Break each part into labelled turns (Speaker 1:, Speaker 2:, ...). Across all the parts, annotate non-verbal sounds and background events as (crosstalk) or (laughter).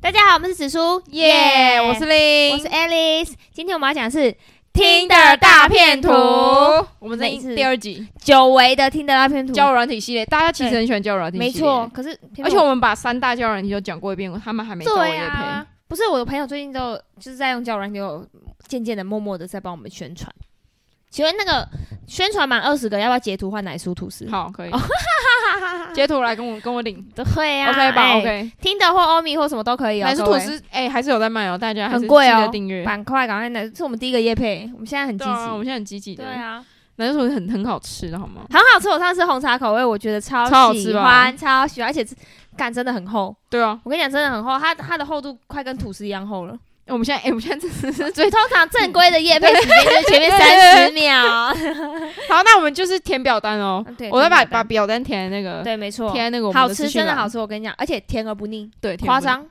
Speaker 1: 大家好，我们是紫苏，
Speaker 2: 我是令，
Speaker 1: 我是 Alice。今天我们要讲的是 Tinder
Speaker 2: Tinder
Speaker 1: 大片图，
Speaker 2: 我们这
Speaker 1: 每次
Speaker 2: 一第二集
Speaker 1: 久违的 Tinder 大片图，
Speaker 2: 交友软体系列，大家其实很喜欢交友软体系
Speaker 1: 没
Speaker 2: 列，
Speaker 1: 错。。可是，
Speaker 2: 而且我们把三大交友软体都讲过一遍，他们还没找我
Speaker 1: 对
Speaker 2: 也
Speaker 1: 啊
Speaker 2: 配。，
Speaker 1: 不是我的朋友最近都有就是在用交友软件，有渐渐的、默默的在帮我们宣传。请问那个宣传满二十个，要不要截图换奶酥吐司？
Speaker 2: 好，
Speaker 1: (laughs)
Speaker 2: 可以
Speaker 1: 哦
Speaker 2: 截图来跟我跟我领
Speaker 1: 都会啊
Speaker 2: ，OK 吧
Speaker 1: (laughs) 哎
Speaker 2: ？OK，
Speaker 1: 听的或欧米或什么都可以哦。
Speaker 2: 奶酥
Speaker 1: 各
Speaker 2: 吐
Speaker 1: 位，
Speaker 2: 司哎还是有在卖哦，大家还是
Speaker 1: 很贵哦
Speaker 2: 记得订阅。
Speaker 1: 板块赶快奶，是我们第一个夜配，我们现在很积
Speaker 2: 对啊，我们
Speaker 1: 极。
Speaker 2: 现在很积极的
Speaker 1: 对，啊，
Speaker 2: 奶酥吐司很很好吃的好吗？
Speaker 1: 很好吃。我上次红茶口味，我觉得超
Speaker 2: 超好吃
Speaker 1: 喜
Speaker 2: 吧
Speaker 1: 欢，超喜欢，而且感真的很厚。
Speaker 2: 对啊，
Speaker 1: 我跟你讲，真的很厚，它它的厚度快跟吐司一样厚了。
Speaker 2: 我们现在哎，我们现在真的是
Speaker 1: 所以通常正规的夜配时间就是前 (laughs) 面三十秒。
Speaker 2: (laughs) 好，那我们就是填表单哦。
Speaker 1: 对，
Speaker 2: 我再把
Speaker 1: 填表
Speaker 2: 把
Speaker 1: 单
Speaker 2: 表单填在那个
Speaker 1: 对，没错，
Speaker 2: 贴在那个我们
Speaker 1: 好
Speaker 2: 的资
Speaker 1: 吃，
Speaker 2: 讯
Speaker 1: 真的
Speaker 2: 栏
Speaker 1: 好吃。我跟你讲，而且啊甜而不腻，
Speaker 2: 对，填
Speaker 1: 夸
Speaker 2: 不了
Speaker 1: 张，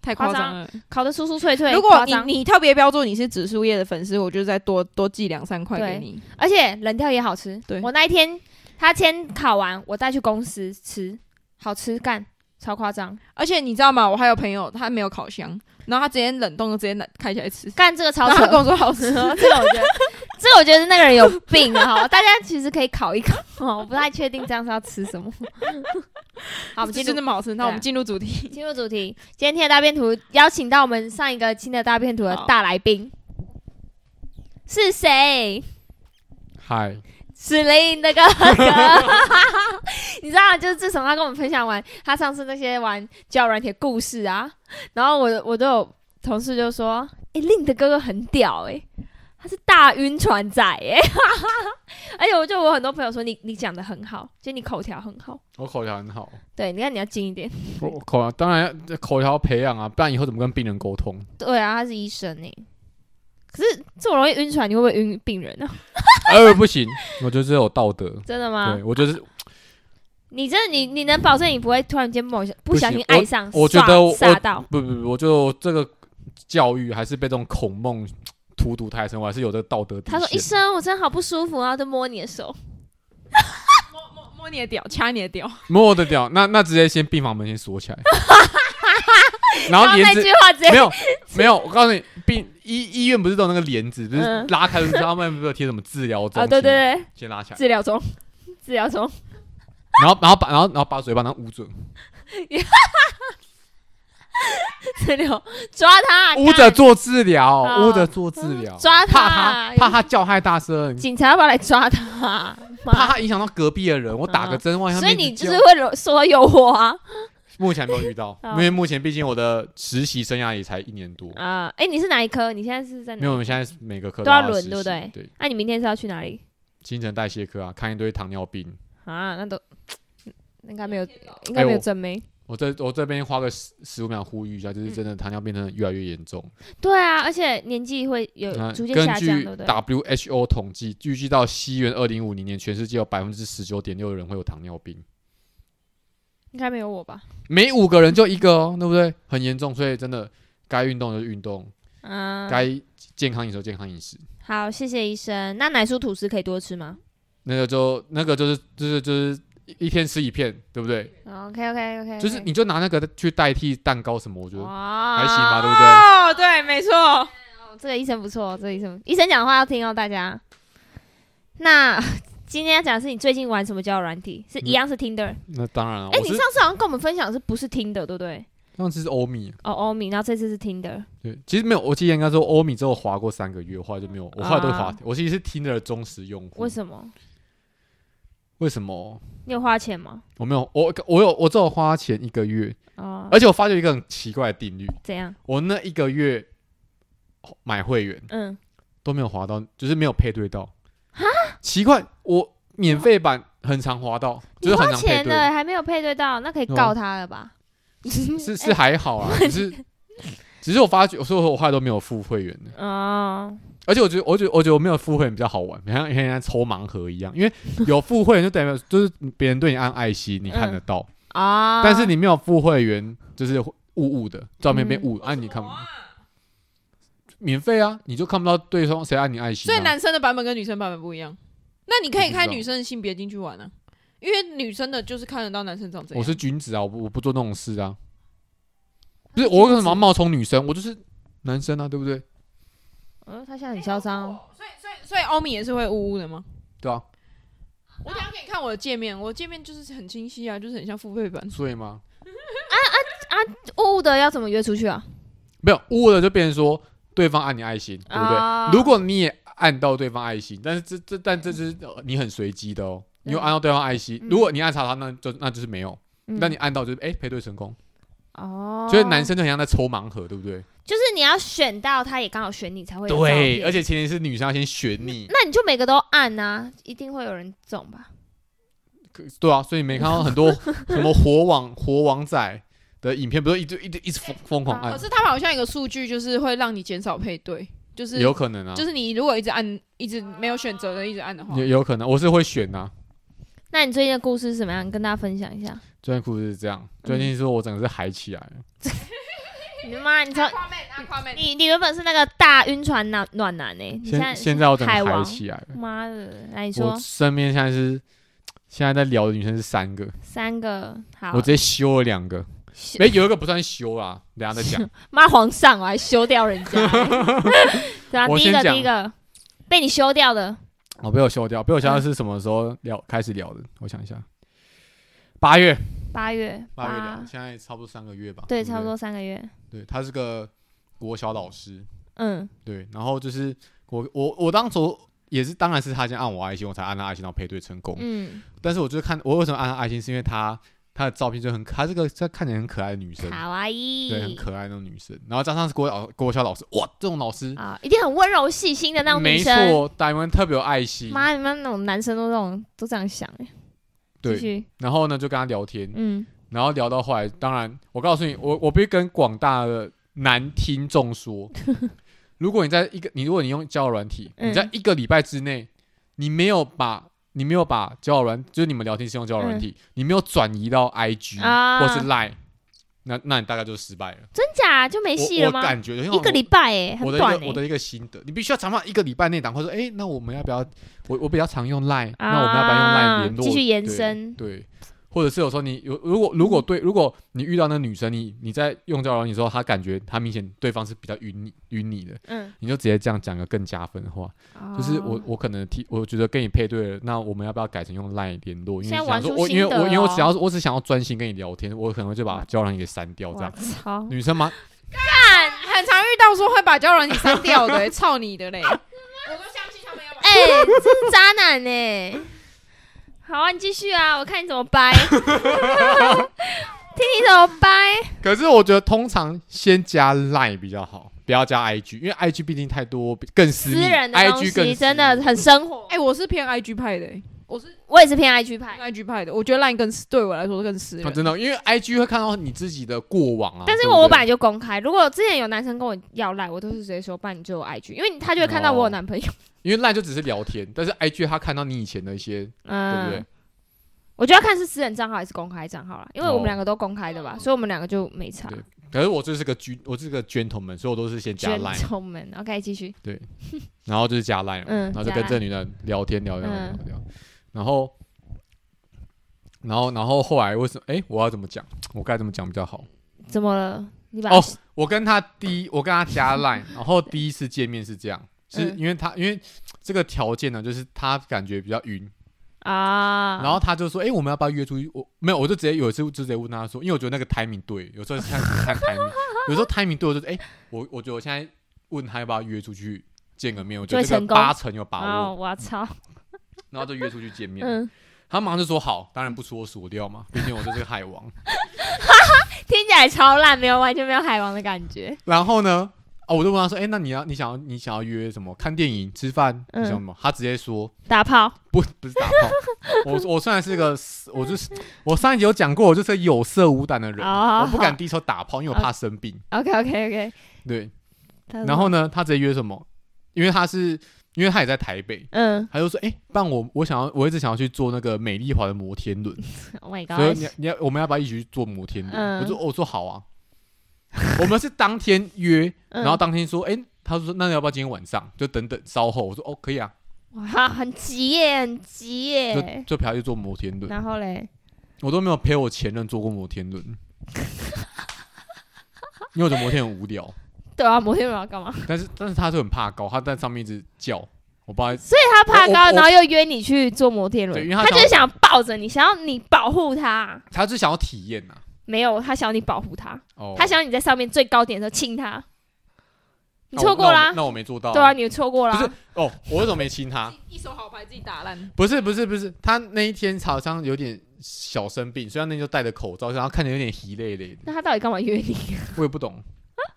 Speaker 2: 太
Speaker 1: 夸
Speaker 2: 夸
Speaker 1: 张
Speaker 2: 张了。
Speaker 1: 烤的酥酥脆脆，
Speaker 2: 如
Speaker 1: 夸
Speaker 2: 果你
Speaker 1: 张
Speaker 2: 你特别标注你是紫苏叶的粉丝，我就再多多寄两三块
Speaker 1: 对
Speaker 2: 给你。
Speaker 1: 而且冷掉也好吃。
Speaker 2: 对
Speaker 1: 我那一天他先烤完，我带去公司吃，好吃干，超夸张，
Speaker 2: 而且你知道吗？我还有朋友他没有烤箱，然后他直接冷冻，直接拿开起来吃。
Speaker 1: 干这个超
Speaker 2: 然后
Speaker 1: 扯
Speaker 2: 他。跟我说好吃
Speaker 1: (laughs) 这，个我觉得，这个我觉得是那个人有病啊！哈大家其实可以烤一烤， (laughs) 哦我不太确定这样是要吃什么。好，我们
Speaker 2: (laughs) 这
Speaker 1: 进
Speaker 2: 真
Speaker 1: 入啊
Speaker 2: 的蛮好吃。那我们进入主题， (laughs)
Speaker 1: 进入主题，今天的大便图邀请到我们上一个新的大便图的大来宾是谁？
Speaker 3: 嗨，
Speaker 1: 史林的哥哥， (laughs) 你知道，就是自从他跟我们分享完他上次那些玩交友软体的故事啊，然后我我都有同事就说，诶，令的哥哥很屌诶，他是大晕船仔诶， (laughs) 而且我就我很多朋友说你你讲的很好，就你口条很好，
Speaker 3: 我口条很好，
Speaker 1: 对，你看你要精一点，
Speaker 3: 我我口条当然要口条要培养啊，不然以后怎么跟病人沟通？
Speaker 1: 对啊，他是医生诶，可是这么容易晕船，你会不会晕病人啊？
Speaker 3: 呃，不行，我觉得这有道德。
Speaker 1: 真的吗
Speaker 3: 对，？我觉得
Speaker 1: 你真的你你能保证你不会突然间某不小心
Speaker 3: 不行
Speaker 1: 爱上，
Speaker 3: 我觉得我
Speaker 1: 吓到。
Speaker 3: 不不不，我就这个教育还是被这种孔孟荼毒太深，我还是有这个道德底
Speaker 1: 他说：“医
Speaker 3: 线。
Speaker 1: 生，我真的好不舒服，然后就摸你的手。
Speaker 2: 摸摸摸你的屌，掐你的屌，
Speaker 3: 摸我的屌，那那直接先病房门先
Speaker 1: (laughs)
Speaker 3: 锁起来，然
Speaker 1: 然
Speaker 3: 后
Speaker 1: 后
Speaker 3: 帘
Speaker 1: 那
Speaker 3: 子
Speaker 1: 句话直接
Speaker 3: 没有没有，我告诉你，病医医院不是都有那个帘子，就是
Speaker 1: 嗯
Speaker 3: 拉开，就是他们不是有贴什么治疗中
Speaker 1: 啊，
Speaker 3: 心？
Speaker 1: 对对，对，
Speaker 3: 先拉起来，
Speaker 1: 治疗中， (laughs) 治疗中， (laughs)
Speaker 3: 然后然后把然后然后把嘴巴然后捂准，
Speaker 1: 治疗，抓他，
Speaker 3: 捂着做治疗，
Speaker 1: 哦
Speaker 3: 捂着做治疗，
Speaker 1: 抓他
Speaker 3: 怕他怕他叫太大声
Speaker 1: 干，警察要不要来抓他？
Speaker 3: 怕他影响到隔壁的人。我打个针，万一他
Speaker 1: 嗯所以
Speaker 3: 们一
Speaker 1: 你
Speaker 3: 直
Speaker 1: 就是
Speaker 3: 叫
Speaker 1: 会受到诱惑啊
Speaker 3: 目前还没有
Speaker 1: (laughs)
Speaker 3: 遇到，
Speaker 1: 哦
Speaker 3: 因为目前毕竟我的实习生涯也才一年多，
Speaker 1: 啊！哎，你是哪一科？你现在是在
Speaker 3: 因为
Speaker 1: 哪？
Speaker 3: 我们现在每个科
Speaker 1: 嗯都要
Speaker 3: 实
Speaker 1: 轮
Speaker 3: 习
Speaker 1: 对不对
Speaker 3: 对，
Speaker 1: 那你明天是要去哪里
Speaker 3: 新陈代谢科啊，看一堆糖尿病。
Speaker 1: 啊？那都应该没
Speaker 3: (laughs)
Speaker 1: 有，应该没有真没。
Speaker 3: 哎我这我这边花个十十五秒呼吁一下，
Speaker 1: 嗯
Speaker 3: 就是真的糖尿病真的越来越严重。
Speaker 1: 对啊，而且年纪会有
Speaker 3: 那
Speaker 1: 逐渐
Speaker 3: 啊根
Speaker 1: 下降，
Speaker 3: 据
Speaker 1: 对不对？
Speaker 3: WHO 统计，预计到西元二零五零年，全世界有百分之十九点六的人会有糖尿病。
Speaker 1: 应该没有我吧？
Speaker 3: 每五个人就一个哦，对不对？很严重，所以真的该运动就运动，
Speaker 1: 嗯，
Speaker 3: 该健康饮食就健康饮食。
Speaker 1: 好，谢谢医生。那奶酥吐司可以多吃吗？
Speaker 3: 那个就那个就是就是就是一一天吃一片，对不对？
Speaker 1: OK OK OK，
Speaker 3: 就是你就拿那个去代替蛋糕什么，我觉得
Speaker 1: 哇
Speaker 3: 还行吧，对不对？
Speaker 2: 哦，对，没错，
Speaker 1: 这个医生不错，这个医生医生讲的话要听哦，大家。那 (laughs) 今天要讲的是你最近玩什么交友软体？是一样是 Tinder。
Speaker 3: 那当然了，啊
Speaker 1: 哎、
Speaker 3: 嗯哦我
Speaker 1: 你
Speaker 3: 是
Speaker 1: 上次好像跟我们分享的是不是 Tinder 对不对？
Speaker 3: 上次是欧米，啊
Speaker 1: 哦，欧米，然后这次是 Tinder。
Speaker 3: 对，其实没有，我记得应该说欧米只有滑过三个月，后来就没有，我后来都滑
Speaker 1: 啊，
Speaker 3: 我其实是 Tinder 的忠实用户
Speaker 1: 为。什么？
Speaker 3: 为什么？
Speaker 1: 你有花钱吗？
Speaker 3: 我没有，我我有，我只有花钱一个月，
Speaker 1: 哦，
Speaker 3: 而且我发觉一个很奇怪的定律，
Speaker 1: 怎样？
Speaker 3: 我那一个月买会员。
Speaker 1: 嗯，
Speaker 3: 都没有滑到，就是没有配对到。奇怪，我免费版很常滑到，
Speaker 1: 你
Speaker 3: 就是很
Speaker 1: 花
Speaker 3: 常配
Speaker 1: 钱
Speaker 3: 对，
Speaker 1: 了还没有配对到，那可以
Speaker 3: 有
Speaker 1: 告他了吧？
Speaker 3: 是
Speaker 1: 哎
Speaker 3: 是还好啊，只是只是我发觉，所以我后来都没有付会员的。
Speaker 1: 哦，
Speaker 3: 而且我觉得，我觉得，我觉得我没有付会员比较好玩，像像人家抽盲盒一样，因为有付会员就代表就是别人对你按爱心，你看得到，
Speaker 1: 啊、
Speaker 3: 但是你没有付会员，就是雾雾的照片被
Speaker 1: 嗯
Speaker 3: 雾，按、你看不免费啊，你就看不到对方谁按你爱心、
Speaker 2: 所以
Speaker 3: 啊。
Speaker 2: 男生的版本跟女生版本不一样。那你可以开
Speaker 3: 我不知道
Speaker 2: 女生的性别进去玩啊，因为女生的就是看得到男生长怎样。
Speaker 3: 我是君子啊，我不我不做那种事啊。不是我为什么要冒充女生？我就是男生啊，对不对？
Speaker 1: 嗯，他现在很嚣张哦，
Speaker 2: 所以所以所以欧米也是会呜呜的吗？
Speaker 3: 对啊，
Speaker 2: 我等一下给你看我的界面，我界面就是很清晰啊，就是很像付费版。
Speaker 3: 所以嘛，
Speaker 1: 呜呜的要怎么约出去啊？
Speaker 3: 没有污了就变成说对方按你爱心，对不对？
Speaker 1: 啊
Speaker 3: 如果你也按到对方爱心，但是这这但这就是呃你很随机的哦。你有按到对方爱心，
Speaker 1: 嗯
Speaker 3: 如果你按查他，那就那就是没有；
Speaker 1: 嗯
Speaker 3: 但你按到就是哎、配对成功，
Speaker 1: 哦，
Speaker 3: 所以男生就很像在抽盲盒，对不对？
Speaker 1: 就是你要选到他也刚好选你才会有照
Speaker 3: 对，
Speaker 1: 片
Speaker 3: 而且前提是女生要先选
Speaker 1: (laughs)
Speaker 3: 你，
Speaker 1: 那你就每个都按啊，一定会有人中吧？
Speaker 3: 可对啊，所以你没看到很多 (laughs) 什么火网火网仔的影片，不是一直一直一直疯疯狂
Speaker 2: 可
Speaker 3: 按，
Speaker 2: 啊是他们好像有个数据，就是会让你减少配对，就是
Speaker 3: 也有可能啊
Speaker 2: 就，是你如果一直按，一直没有选择的一直按的话，
Speaker 3: 也有可能，我是会选啊。
Speaker 1: 那你最近的故事是怎么样？你跟大家分享一下。
Speaker 3: 最近故事是这样，
Speaker 1: 嗯
Speaker 3: 最近说我整个是嗨起来了，
Speaker 1: 你妈，你从
Speaker 2: 跨妹啊跨妹，
Speaker 1: 你你原本是那个大晕船暖暖男呢、你现在
Speaker 3: 现现在我整个
Speaker 1: 海
Speaker 3: 嗨
Speaker 1: 王
Speaker 3: 起来了。
Speaker 1: 妈的，来你
Speaker 3: 我
Speaker 1: 说
Speaker 3: 身边现在是现在在聊的女生是三个，
Speaker 1: 三个好
Speaker 3: 我，直接休了两个，
Speaker 1: (laughs) 修
Speaker 3: 哎、有一个不算休啦，等一下再
Speaker 1: (laughs)
Speaker 3: 讲。
Speaker 1: 妈皇上我还休掉人
Speaker 3: (laughs)
Speaker 1: 家、对啊，
Speaker 3: 我
Speaker 1: 第一
Speaker 3: 先
Speaker 1: 个
Speaker 3: 讲
Speaker 1: 第一个被你休掉的，
Speaker 3: 我哦被我休掉，被我休
Speaker 1: 嗯
Speaker 3: 掉是什么时候聊、开始聊的？我想一下，八月，
Speaker 1: 八月
Speaker 3: 八月聊的，现在差不多三个月吧。
Speaker 1: 对，
Speaker 3: 不
Speaker 1: 差不多。三个月，
Speaker 3: 对，他是个国小老师，
Speaker 1: 嗯，
Speaker 3: 对，然后就是我我我当初也是，当然是他先按我爱心，我才按他爱心，然后配对成功。
Speaker 1: 嗯，
Speaker 3: 但是我就是看我为什么按他爱心，是因为他他的照片就很，她是个她看起来很可爱的女生，
Speaker 1: 卡哇
Speaker 3: 对，很
Speaker 1: 伊
Speaker 3: 可爱那种女生。然后加上是国小国小老师，哇，这种老师
Speaker 1: 啊，一定很温柔细心的那种女
Speaker 3: 没
Speaker 1: 生。
Speaker 3: 错，台湾特别有爱心。
Speaker 1: 妈，你们那种男生都这种都这样想、欸，继
Speaker 3: 对，
Speaker 1: 续，
Speaker 3: 然后呢就跟他聊天，
Speaker 1: 嗯，
Speaker 3: 然后聊到后来，当然我告诉你，我我必须跟广大的男听
Speaker 1: (laughs)
Speaker 3: 众说，如果你在一个你如果你用交友软体，
Speaker 1: 嗯
Speaker 3: 你在一个礼拜之内，你没有把你没有把交友软就是你们聊天是用交友软体，你没有转移到 IG
Speaker 1: 嗯啊
Speaker 3: 或是 Line，那那你大概就失败了。
Speaker 1: 真假就没戏
Speaker 3: 我
Speaker 1: 了
Speaker 3: 我
Speaker 1: 吗？
Speaker 3: 感觉因为
Speaker 1: 一个
Speaker 3: 我
Speaker 1: 礼拜哎、很
Speaker 3: 我的一
Speaker 1: 短
Speaker 3: 个
Speaker 1: 哎、
Speaker 3: 我的一个心得，你必须要长到一个礼拜内，赶快说，哎、那我们要不要？我我比较常用 Line，、那我们要不要用 Line 联络？
Speaker 1: 啊继续延
Speaker 3: 对
Speaker 1: 伸嗯
Speaker 3: 对，或者是有时候你有如果如果对，如果你遇到那女生，你你在用交友软件的时候，她感觉她明显对方是比较晕你晕你的，
Speaker 1: 嗯，
Speaker 3: 你就直接这样讲个更加分的话，就是
Speaker 1: 哦
Speaker 3: 我我可能提，我觉得跟你配对了，那我们要不要改成用 Line 联络？因为
Speaker 1: 现在
Speaker 3: 想
Speaker 1: 玩
Speaker 3: 说
Speaker 1: 出
Speaker 3: 我因为
Speaker 1: 心得
Speaker 3: 我因为我
Speaker 1: 哦
Speaker 3: 只要我只想要专心跟你聊天，我可能就把交友软件给删掉这
Speaker 1: 我
Speaker 3: 样。
Speaker 1: 操，
Speaker 3: 女生嘛，
Speaker 2: 很常遇到说会把交友软体删掉
Speaker 3: (laughs)
Speaker 2: 的、欸，操你 (laughs) 的嘞！我都相信他们要把
Speaker 1: 哎、这是渣男哎、好啊，你继续啊，我看你怎么掰，听你怎么掰。
Speaker 3: 可是我觉得通常先加 Line 比较好，不要加 IG，因为 IG 毕竟太多更私密
Speaker 1: 私人的东
Speaker 3: ，IG 更私
Speaker 1: 西
Speaker 3: 密
Speaker 1: 真的很生活。
Speaker 2: 哎、我是偏 IG 派的、欸，我是
Speaker 1: 我也是偏 IG 派，
Speaker 2: 偏 IG 派的，我觉得 Line 更私对我来说更私
Speaker 3: 啊，
Speaker 2: 人。
Speaker 3: 真的，因为 IG 会看到你自己的过往啊。
Speaker 1: 但是
Speaker 3: 对不
Speaker 1: 我我
Speaker 3: 对
Speaker 1: 本来就公开。如果之前有男生跟我要赖，我都是直接说，不然你就有 IG，因为他就会
Speaker 3: 哦
Speaker 1: 看到我有男朋友。
Speaker 3: 因为 Line 就只是聊天，但是 IG 他看到你以前的一些，对不
Speaker 1: 嗯，
Speaker 3: 对？
Speaker 1: 我就要看是私人账号还是公开账号啦，因为我
Speaker 3: 哦
Speaker 1: 们两个都公开的吧，所以我们两个就没差。
Speaker 3: 对可是我就是个军，我是个卷筒门，所以我都是先加 Line，
Speaker 1: o k 继续。
Speaker 3: 然后就是加 Line，、
Speaker 1: 嗯
Speaker 3: 然后就
Speaker 1: 加
Speaker 3: 跟这
Speaker 1: Line
Speaker 3: 女的聊天聊聊聊
Speaker 1: 嗯
Speaker 3: 聊，然后，然后然后后来为什么？哎，我要怎么讲？我该怎么讲比较好？
Speaker 1: 怎么了？你把
Speaker 3: 哦，我跟他第一，我跟他
Speaker 1: (laughs)
Speaker 3: 加 Line，然后第一次见面是这样，是
Speaker 1: 嗯
Speaker 3: 因为他因为这个条件呢，就是他感觉比较晕，
Speaker 1: 啊，
Speaker 3: 然后他就说，哎、我们要不要约出去？我没有，我就直接有一次就直接问他说，因为我觉得那个 timing 对，有时候是看看 timing，有时候 timing 对，我就哎、诶我我觉得我现在问他要不要约出去见个面，我觉得
Speaker 1: 就会
Speaker 3: 这个
Speaker 1: 成功
Speaker 3: 八成有把握，
Speaker 1: 哦，我操，
Speaker 3: 然后就约出去见面。
Speaker 1: 嗯，
Speaker 3: 他马上就说好，当然不出我所料嘛，毕竟我就是个海王。
Speaker 1: 听起来超烂，没有完全没有海王的感觉。
Speaker 3: 然后呢，啊，我就问他说，哎、那你要你想要你想要约什么？看电影、吃饭，你
Speaker 1: 嗯
Speaker 3: 想要什么？他直接说
Speaker 1: 打炮，
Speaker 3: 不不是打炮，
Speaker 1: (laughs)
Speaker 3: 我我虽然是个，我就是我上一集有讲过，我就是个有色无胆的人，
Speaker 1: 哦
Speaker 3: 我不敢低头打炮，
Speaker 1: 啊
Speaker 3: 因为我怕生病。
Speaker 1: OK OK OK。
Speaker 3: 对，
Speaker 1: 嗯
Speaker 3: 然后呢，他直接约什么？因为他是因为他也在台北。
Speaker 1: 嗯
Speaker 3: 他就说：“哎、不然我我想要，我一直想要去坐那个美丽华的摩天轮，
Speaker 1: ，Oh my
Speaker 3: 所以你
Speaker 1: God，
Speaker 3: 你要我们要不要一起去坐摩天轮？”
Speaker 1: 嗯
Speaker 3: 我说：“我说好啊。”我们是当天约，
Speaker 1: 嗯
Speaker 3: 然后当天说：“哎、他说那要不要今天晚上？就等等稍后。”我说：“哦，可以啊。
Speaker 1: 哇，很急耶，很急
Speaker 3: 就
Speaker 1: 耶。
Speaker 3: 就陪他去坐摩天轮。
Speaker 1: 然后嘞，
Speaker 3: 我都没有陪我前任坐过摩天轮。 (laughs) 因为我觉得摩天轮很无聊，
Speaker 1: 对啊，摩天轮要干嘛？
Speaker 3: 但是但是他是很怕高，他在上面一直叫，我不知道，
Speaker 1: 他怕
Speaker 3: 我我
Speaker 1: 高，
Speaker 3: 我
Speaker 1: 然后又约你去坐摩天
Speaker 3: 对
Speaker 1: 轮，
Speaker 3: 因为他
Speaker 1: 就是想抱着你，想要你保护他。
Speaker 3: 他是想要体验呐、
Speaker 1: 没有，他想要你保护他，
Speaker 3: 哦，
Speaker 1: 他想要你在上面最高点的时候亲他。你
Speaker 3: 那我
Speaker 1: 错过啦
Speaker 3: 那我，那我没做到、
Speaker 1: 对啊，，你错过
Speaker 3: 不
Speaker 1: 啦
Speaker 3: 是。哦，我为什么没亲他？
Speaker 2: 一手好牌自己打烂，
Speaker 3: 不是不是不是，他那一天好像有点小生病，所以他那天就戴着口罩，然后看起来有点疲累累的，
Speaker 1: 那他到底干嘛约你？
Speaker 3: 我也不懂。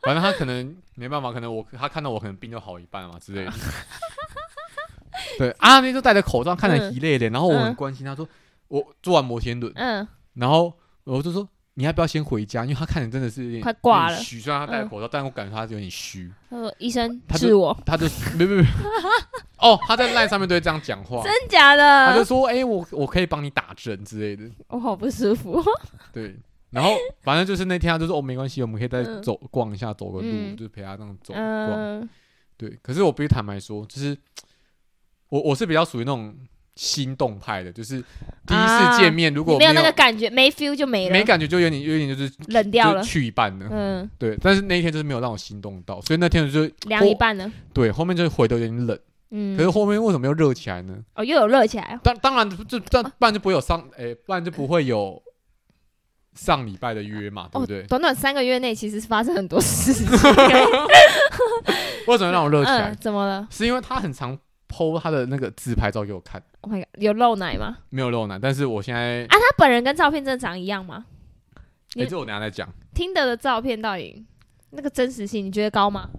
Speaker 3: 反正他可能没办法，可能我他看到我可能病就好一半嘛之类
Speaker 1: (laughs)
Speaker 3: 的。对啊，那天就戴着口罩，看起来疲累累，然后我很
Speaker 1: 嗯
Speaker 3: 关心他说，我做完摩天轮，
Speaker 1: 嗯，
Speaker 3: 然后我就说你要不要先回家，因为他看着真的是有点
Speaker 1: 快挂了
Speaker 3: 有点虚，虽然他戴着口罩，但我感觉他有点虚。
Speaker 1: 他说医生
Speaker 3: 他就
Speaker 1: 治我，
Speaker 3: 他就 (laughs) 没没没，哦，他在 line 上面都会这样讲话，
Speaker 1: 真假
Speaker 3: 他就
Speaker 1: 的？
Speaker 3: 说，哎、我我可以帮你打针之类的。
Speaker 1: 我好不舒服。
Speaker 3: 对，然后反正就是那天他就说哦没关系，我们可以再
Speaker 1: 嗯
Speaker 3: 走逛一下，走个路，
Speaker 1: 嗯
Speaker 3: 就陪他这样走逛。
Speaker 1: 嗯，
Speaker 3: 对，可是我必须坦白说，就是我我是比较属于那种心动派的，就是第一次见面如
Speaker 1: 啊你
Speaker 3: 果
Speaker 1: 没有
Speaker 3: 有
Speaker 1: 那个感觉，没 feel 就没
Speaker 3: 没
Speaker 1: 了，
Speaker 3: 感觉，就有点有点就是
Speaker 1: 冷掉
Speaker 3: 就
Speaker 1: 了。
Speaker 3: 去一半了。
Speaker 1: 嗯，
Speaker 3: 对，但是那一天就是没有让我心动到，所以那天我就
Speaker 1: 凉一半了。
Speaker 3: 对后面就回的有点冷。
Speaker 1: 嗯
Speaker 3: 可，是后面为什么又热起来呢？
Speaker 1: 哦，又有热起来哦。
Speaker 3: 当当然就当
Speaker 1: 哦
Speaker 3: 不然就不会有上诶、不然就不会有上礼拜的约嘛，对不
Speaker 1: 哦
Speaker 3: 对？，
Speaker 1: 短短三个月内其实发生很多事情。
Speaker 3: 为什么让我热起来
Speaker 1: 嗯，？怎么了
Speaker 3: 是因为他很常剖他的那个自拍照给我看，
Speaker 1: ？Oh my god，有露奶吗？
Speaker 3: 没有露奶，但是我现在，
Speaker 1: 啊，他本人跟照片真的长一样吗？
Speaker 3: 哎、
Speaker 1: 你
Speaker 3: 这我等一下再讲。
Speaker 1: 听的的照片到底那个真实性，你觉得高吗？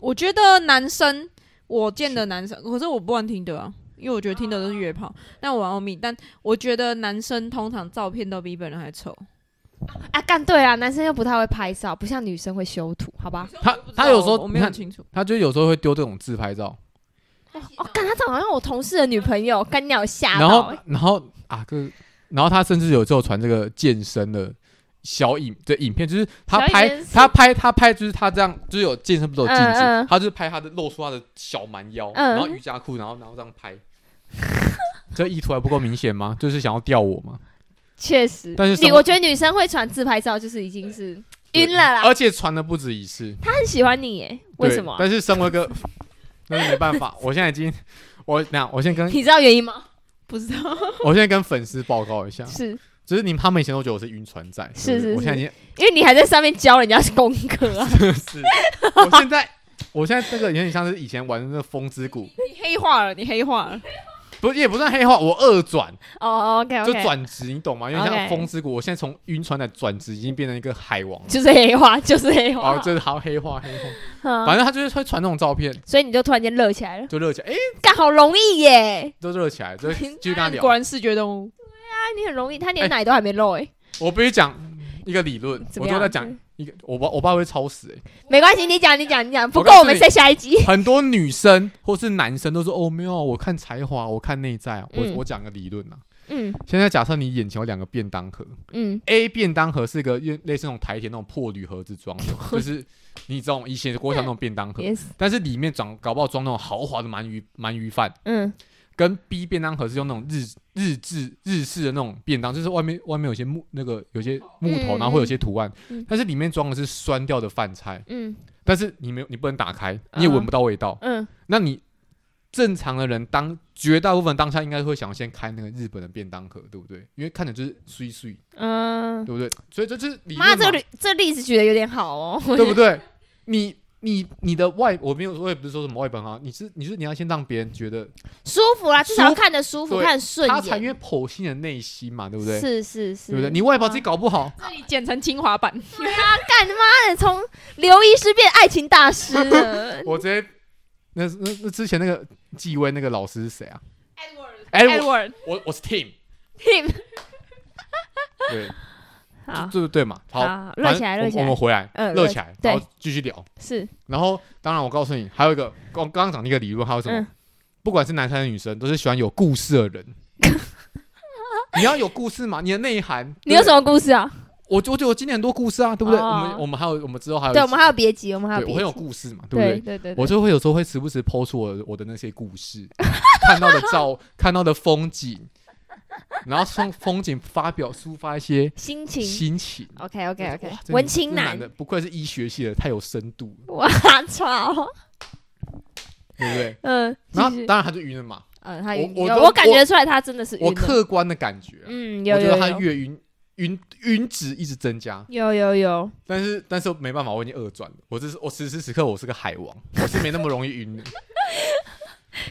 Speaker 2: 我觉得男生，我见的男生，可是我不玩听的啊，因为我觉得听的都是约炮。但我玩欧米，但我觉得男生通常照片都比本人还丑。
Speaker 1: 啊，干对啦，男生又不太会拍照，不像女生会修图，好吧？
Speaker 3: 他他有时候
Speaker 2: 我没
Speaker 3: 你
Speaker 2: 有
Speaker 3: 看
Speaker 2: 很，清楚，
Speaker 3: 他就有时候会丢这种自拍照，
Speaker 1: 哦，干他长得好像我同事的女朋友，干鸟吓
Speaker 3: 然
Speaker 1: 到、
Speaker 3: 后
Speaker 1: 欸。
Speaker 3: 然后啊个，然后他甚至有时候传这个健身的小影的影片，就是他
Speaker 1: 小影
Speaker 3: 拍
Speaker 1: 片是
Speaker 3: 他拍他拍就是他这样，就是有健身不是有镜子，
Speaker 1: 嗯嗯
Speaker 3: 他就是拍他的露出他的小蛮腰，
Speaker 1: 嗯
Speaker 3: 然后瑜伽裤，然后然后这样拍。 (laughs) 这意图还不够明显吗？就是想要钓我吗？
Speaker 1: 确实，
Speaker 3: 但是什
Speaker 1: 女
Speaker 3: 么
Speaker 1: 我觉得女生会传自拍照，就是已经是晕了啦。
Speaker 3: 而且传的不止一次。
Speaker 1: 他很喜欢你耶、为
Speaker 3: 对
Speaker 1: 什么啊、
Speaker 3: 但是身为
Speaker 1: (laughs)
Speaker 3: 一个，但是没办法，我现在已经，我那我先跟
Speaker 1: 你知道原因吗？
Speaker 2: 不知道。
Speaker 3: 我现在跟粉丝报告一下，
Speaker 1: 是
Speaker 3: 就是你们他们以前都觉得我是晕船仔，
Speaker 1: 是
Speaker 3: 对不对
Speaker 1: 是
Speaker 3: 我现在已经
Speaker 1: 因为你还在上面教人家功课
Speaker 3: (laughs)
Speaker 1: 啊。
Speaker 3: 是，我现在我现在这个有点像是以前玩的那个风之
Speaker 1: (laughs)
Speaker 3: 谷，
Speaker 2: 你黑化了，你黑化了。
Speaker 3: 不也不算黑化，我二转
Speaker 1: 哦、o k
Speaker 3: 就
Speaker 1: OK，
Speaker 3: 转职，你懂吗？因为像
Speaker 1: OK
Speaker 3: 风之谷，我现在从晕船仔转职已经变成一个海王
Speaker 1: (laughs)
Speaker 3: 了，
Speaker 1: 就是黑化，就是黑化。
Speaker 3: 哦，这是好黑化黑化，
Speaker 1: 嗯
Speaker 3: 反正他就是会传那种照片，
Speaker 1: 所以你就突然间热起来了，
Speaker 3: 就热起来，哎，
Speaker 1: 干好容易耶！
Speaker 3: 都热起
Speaker 1: (laughs)
Speaker 3: 来，就继续跟他聊
Speaker 2: 果。然视觉动物。
Speaker 1: 啊，你很容易，他连
Speaker 3: 哎
Speaker 1: 奶都还没露哎，
Speaker 3: 我必须讲一个理论，
Speaker 1: 怎
Speaker 3: 我
Speaker 1: 么
Speaker 3: 就
Speaker 1: 样
Speaker 3: 在讲一个，我爸我爸会超死、欸，
Speaker 1: 没关系，你讲你讲你讲，不
Speaker 3: 我告诉
Speaker 1: 够我们
Speaker 3: 你
Speaker 1: 再下一集。
Speaker 3: 很多女生或是男生都说哦没有啊，我看才华，我看内在啊。我、
Speaker 1: 嗯
Speaker 3: 我讲个理论啊，
Speaker 1: 嗯
Speaker 3: 现在假设你眼前有两个便当盒
Speaker 1: 嗯，
Speaker 3: ，A 便当盒是一个类类似那种台铁那种破铝盒
Speaker 1: (laughs)
Speaker 3: 子装的，就是你这种以前国小那种便当盒，
Speaker 1: 也是，
Speaker 3: 但是里面装搞不好装那种豪华的鳗鱼鳗鱼饭，
Speaker 1: 嗯
Speaker 3: 跟 B 便当盒是用那种日日制日式的那种便当，就是外面外面有些木那个有些木头，
Speaker 1: 嗯
Speaker 3: 然后会有些图案，
Speaker 1: 嗯
Speaker 3: 但是里面装的是酸掉的饭菜，
Speaker 1: 嗯
Speaker 3: 但是你没有你不能打开，你也
Speaker 1: 嗯
Speaker 3: 闻不到味道。
Speaker 1: 嗯，
Speaker 3: 那你正常的人当绝大部分当下应该会想先开那个日本的便当盒，对不对？因为看着就是碎碎，
Speaker 1: 嗯，
Speaker 3: 对不对？所以这就是理论
Speaker 1: 妈，
Speaker 3: 嘛
Speaker 1: 这个这例子举的有点好哦。 (laughs)
Speaker 3: 对不对？你你你的外，我没有，我也不是说什么外本啊，你是你是你要先让别人觉得
Speaker 1: 舒服啦，至
Speaker 3: 舒
Speaker 1: 少
Speaker 3: 服
Speaker 1: 看得舒服，
Speaker 3: 对
Speaker 1: 看得顺
Speaker 3: 他
Speaker 1: 眼，
Speaker 3: 才因为剖析你的内心嘛，对不对？
Speaker 1: 是是是，
Speaker 3: 对不对？你外表自己搞不好，，
Speaker 2: 这里剪成清华版，
Speaker 1: 干妈的从刘医师变爱情大师了
Speaker 3: (laughs) 我直接那那那之前那个纪威那个老师是谁啊？
Speaker 2: e
Speaker 3: 哎，
Speaker 2: d w
Speaker 3: 我
Speaker 2: a r d
Speaker 3: 我我是 Tim，
Speaker 1: Tim
Speaker 3: 对，
Speaker 1: 好，
Speaker 3: 对对对嘛，好，
Speaker 1: 好热起来
Speaker 3: 反正
Speaker 1: 热起来
Speaker 3: 我们我们回来，
Speaker 1: 嗯
Speaker 3: 热
Speaker 1: 热
Speaker 3: 起来，
Speaker 1: 对
Speaker 3: 然后继续聊。
Speaker 1: 是
Speaker 3: 然后，当然，我告诉你，还有一个，刚刚刚讲的一个理论，还有什么？
Speaker 1: 嗯
Speaker 3: 不管是男生还是女生，都是喜欢有故事
Speaker 1: (laughs)
Speaker 3: 的人。你要有故事嘛，你的内涵。
Speaker 1: 你有什
Speaker 3: 么？
Speaker 1: 么故事啊？
Speaker 3: 我我觉得我今年很多故事啊，对不对？
Speaker 1: 哦
Speaker 3: 我们我们还有我们之后还有一
Speaker 1: 对，
Speaker 3: 集，
Speaker 1: 我们还有别急，我们还有
Speaker 3: 对
Speaker 1: 别
Speaker 3: 我很有
Speaker 1: 急，
Speaker 3: 故事嘛，对不
Speaker 1: 对
Speaker 3: 对？
Speaker 1: 对对，对
Speaker 3: 我就会有时候会时不
Speaker 1: (laughs)
Speaker 3: 时抛出我的我的那些故事，看到的照，看到的风景，然后从风景发表抒发一些
Speaker 1: 心情。
Speaker 3: 心情。
Speaker 1: OK OK
Speaker 3: 我就
Speaker 1: OK，
Speaker 3: 哇这
Speaker 1: 文
Speaker 3: 女
Speaker 1: 青
Speaker 3: 这男
Speaker 1: 男
Speaker 3: 的，不愧是医学系的，太有深度了，
Speaker 1: 我 (laughs) 操，
Speaker 3: 对不对？
Speaker 1: 嗯，继
Speaker 3: 然后
Speaker 1: 续，
Speaker 3: 当然他就晕了嘛，
Speaker 1: 嗯，他
Speaker 3: 我
Speaker 1: 晕，
Speaker 3: 我
Speaker 1: 有
Speaker 3: 都
Speaker 1: 我感觉出来他真的是
Speaker 3: 我
Speaker 1: 晕了，
Speaker 3: 客观的感觉啊，
Speaker 1: 嗯，
Speaker 3: 我
Speaker 1: 有
Speaker 3: 觉
Speaker 1: 有
Speaker 3: 得他
Speaker 1: 有
Speaker 3: 越晕晕晕值一直增加，
Speaker 1: 有有有，
Speaker 3: 但是但是没办法，我已经二转了。我这是我此时此刻我是个海王，我是没那么容易晕的。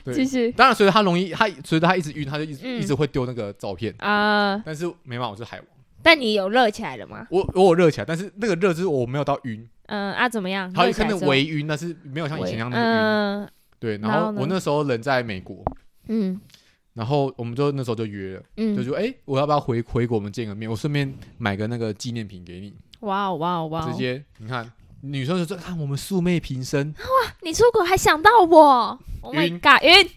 Speaker 3: 对
Speaker 1: 继续
Speaker 3: 当然，随着他容易，他随着他一直晕，他就一直、
Speaker 1: 嗯
Speaker 3: 一直会丢那个照片。
Speaker 1: 啊，
Speaker 3: 但是没办法，我是海王，
Speaker 1: 但你有热起来了吗？
Speaker 3: 我我有热起来，但是那个热就是我没有到晕，
Speaker 1: 嗯啊，怎么样？
Speaker 3: 还
Speaker 1: 热
Speaker 3: 有
Speaker 1: 起
Speaker 3: 可
Speaker 1: 来
Speaker 3: 能
Speaker 1: 之后
Speaker 3: 微晕，但是没有像以前那样那么晕。
Speaker 1: 嗯
Speaker 3: 对，然
Speaker 1: 然
Speaker 3: 后
Speaker 1: 后呢
Speaker 3: 我那时候人在美国，
Speaker 1: 嗯
Speaker 3: 然后我们就那时候就约了，就
Speaker 1: 嗯，
Speaker 3: 说哎、诶我要不要回回国我们见个面？我顺便买个那个纪念品给你，
Speaker 2: 哇哦哇哦哇！
Speaker 3: 直接你看。女生就说：“看、我们素昧平生，
Speaker 1: 你出国还想到我？Oh my
Speaker 3: 晕
Speaker 1: god，晕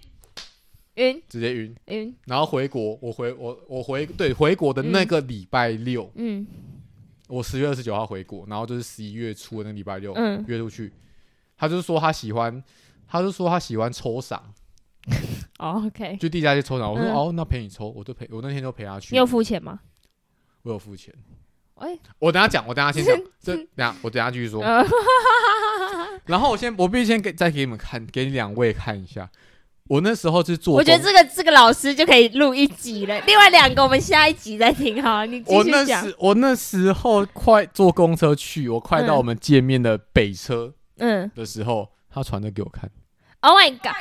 Speaker 1: 晕
Speaker 3: 直接晕。”
Speaker 1: 晕，
Speaker 3: 然后回国，我回我我回对回国的那个礼拜六，
Speaker 1: 嗯
Speaker 3: 我十月二十九号回国，然后就是十一月初的那个礼拜六、
Speaker 1: 嗯，
Speaker 3: 约出去，他就说他喜欢，他就说他喜欢抽赏，
Speaker 1: 哦 OK，
Speaker 3: 就地下街抽赏。我说、
Speaker 1: 嗯
Speaker 3: 哦，那陪你抽，我就陪我那天就陪他去
Speaker 1: 你，有付钱吗？
Speaker 3: 我有付钱。
Speaker 1: 喂，
Speaker 3: 我等下讲，我等下先讲，这等下我等下继续说。
Speaker 1: 哎呃
Speaker 3: 然后我先，我必须先给再给你们看，给你两位看一下。我那时候是做，
Speaker 1: 我觉得这个这个老师就可以录一集了，另外两个我们下一集再听
Speaker 3: (laughs)
Speaker 1: 好，你继
Speaker 3: 我
Speaker 1: 续
Speaker 3: 那
Speaker 1: 讲。
Speaker 3: 时我那时候快坐公车去，我快到
Speaker 1: 嗯
Speaker 3: 我们见面的北车
Speaker 1: 嗯
Speaker 3: 的时候，他传的给我看，
Speaker 1: ，Oh my god，Oh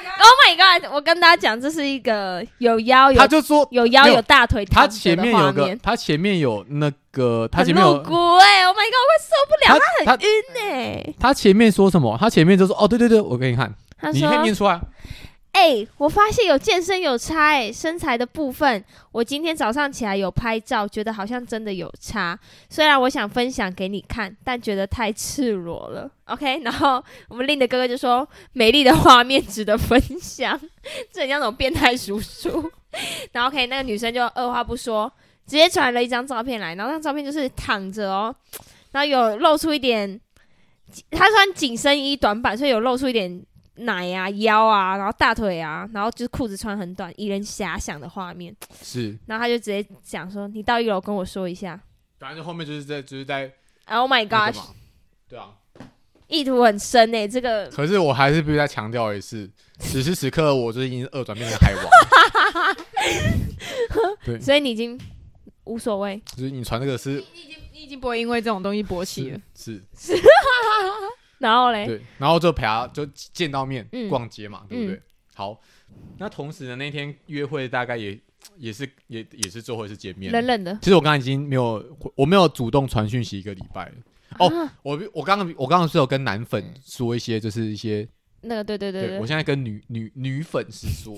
Speaker 1: my god，我跟大家讲，这是一个有腰有
Speaker 3: 他就说
Speaker 1: 有腰
Speaker 3: 没有
Speaker 1: 有大腿躺
Speaker 3: 他
Speaker 1: 着的
Speaker 3: 前面有
Speaker 1: 画
Speaker 3: 个，
Speaker 1: 面
Speaker 3: 他前面有那个，他
Speaker 1: 很
Speaker 3: 前面有
Speaker 1: 露骨哎，Oh my god，我会受不了，
Speaker 3: 他
Speaker 1: 很晕哎。
Speaker 3: 他前面说什么？他前面就说哦，对对对，我给你看，
Speaker 1: 他
Speaker 3: 你
Speaker 1: 说
Speaker 3: 可以念出来。
Speaker 1: 哎、我发现有健身有差哎、身材的部分，我今天早上起来有拍照，觉得好像真的有差。虽然我想分享给你看，但觉得太赤裸了。OK，然后我们令的哥哥就说：“美丽的画面值得分享。”这很像那种变态叔叔。然后 OK，那个女生就二话不说，直接传了一张照片来，然后那张照片就是躺着哦，然后有露出一点，她穿紧身衣短版，所以有露出一点奶啊、腰啊，然后大腿啊，然后就是裤子穿很短，引人遐想的画面。
Speaker 3: 是，
Speaker 1: 然后他就直接讲说：“你到一楼跟我说一下。
Speaker 3: 反正后面就是在就是在
Speaker 1: ”Oh my
Speaker 3: 那个
Speaker 1: gosh，
Speaker 3: 嘛对啊。
Speaker 1: 意图很深诶、这个
Speaker 3: 可是我还是必须再强调一次，此时此刻我就是已经二转变
Speaker 1: (laughs)
Speaker 3: 成海王，
Speaker 1: 所以你已经无所谓。
Speaker 3: 就是你传这个是
Speaker 2: 你已经不会因为这种东西勃起了
Speaker 3: 是，是，
Speaker 1: 然后嘞，
Speaker 3: 对，然后就陪他就见到面
Speaker 1: 哎嗯
Speaker 3: 逛街嘛，对不对
Speaker 1: 嗯？
Speaker 3: 好，那同时呢，那天约会大概也也是也也是最后一次见面，
Speaker 1: 冷冷的
Speaker 3: 其实我刚刚已经没有，我没有主动传讯息一个礼拜了。哦，
Speaker 1: 啊
Speaker 3: 我我刚刚我刚刚是有跟男粉说一些，就是一些，
Speaker 1: 那个，嗯对对对对，
Speaker 3: 我现在跟女女女粉丝
Speaker 1: (laughs)
Speaker 3: 说，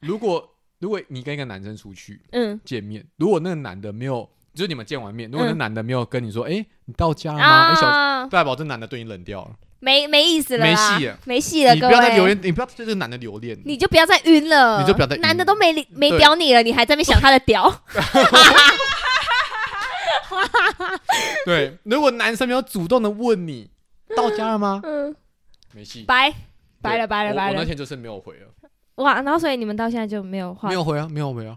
Speaker 3: 如果如果你跟一个男生出去
Speaker 1: 嗯
Speaker 3: 见面，如果那个男的没有，就是你们见完面，如果那个
Speaker 1: 嗯啊
Speaker 3: 男的没有跟你说，哎、你到家了吗？哎、小。代表这男的对你冷掉了，
Speaker 1: 没没意思了啦，
Speaker 3: 没戏了
Speaker 1: 没戏了，
Speaker 3: 你
Speaker 1: 各
Speaker 3: 不要再留
Speaker 1: 位，
Speaker 3: 恋，你不要对这个男的留恋，
Speaker 1: 你就不要再晕了，
Speaker 3: 你就不要再晕
Speaker 1: 男的都没理没
Speaker 3: 对
Speaker 1: 屌你了，你还在那边想他的
Speaker 3: (laughs)
Speaker 1: 屌，
Speaker 3: 对。如果男生没有主动的问你到家了 (laughs) 吗，
Speaker 1: 嗯，
Speaker 3: 没戏，
Speaker 1: 拜拜了
Speaker 3: 对
Speaker 1: 拜了
Speaker 3: 我
Speaker 1: 拜
Speaker 3: 我那
Speaker 1: 了，
Speaker 3: 天就是没有回啊了，
Speaker 1: 哇，然后所以你们到现在就没有话
Speaker 3: 没，有回啊，没有回啊，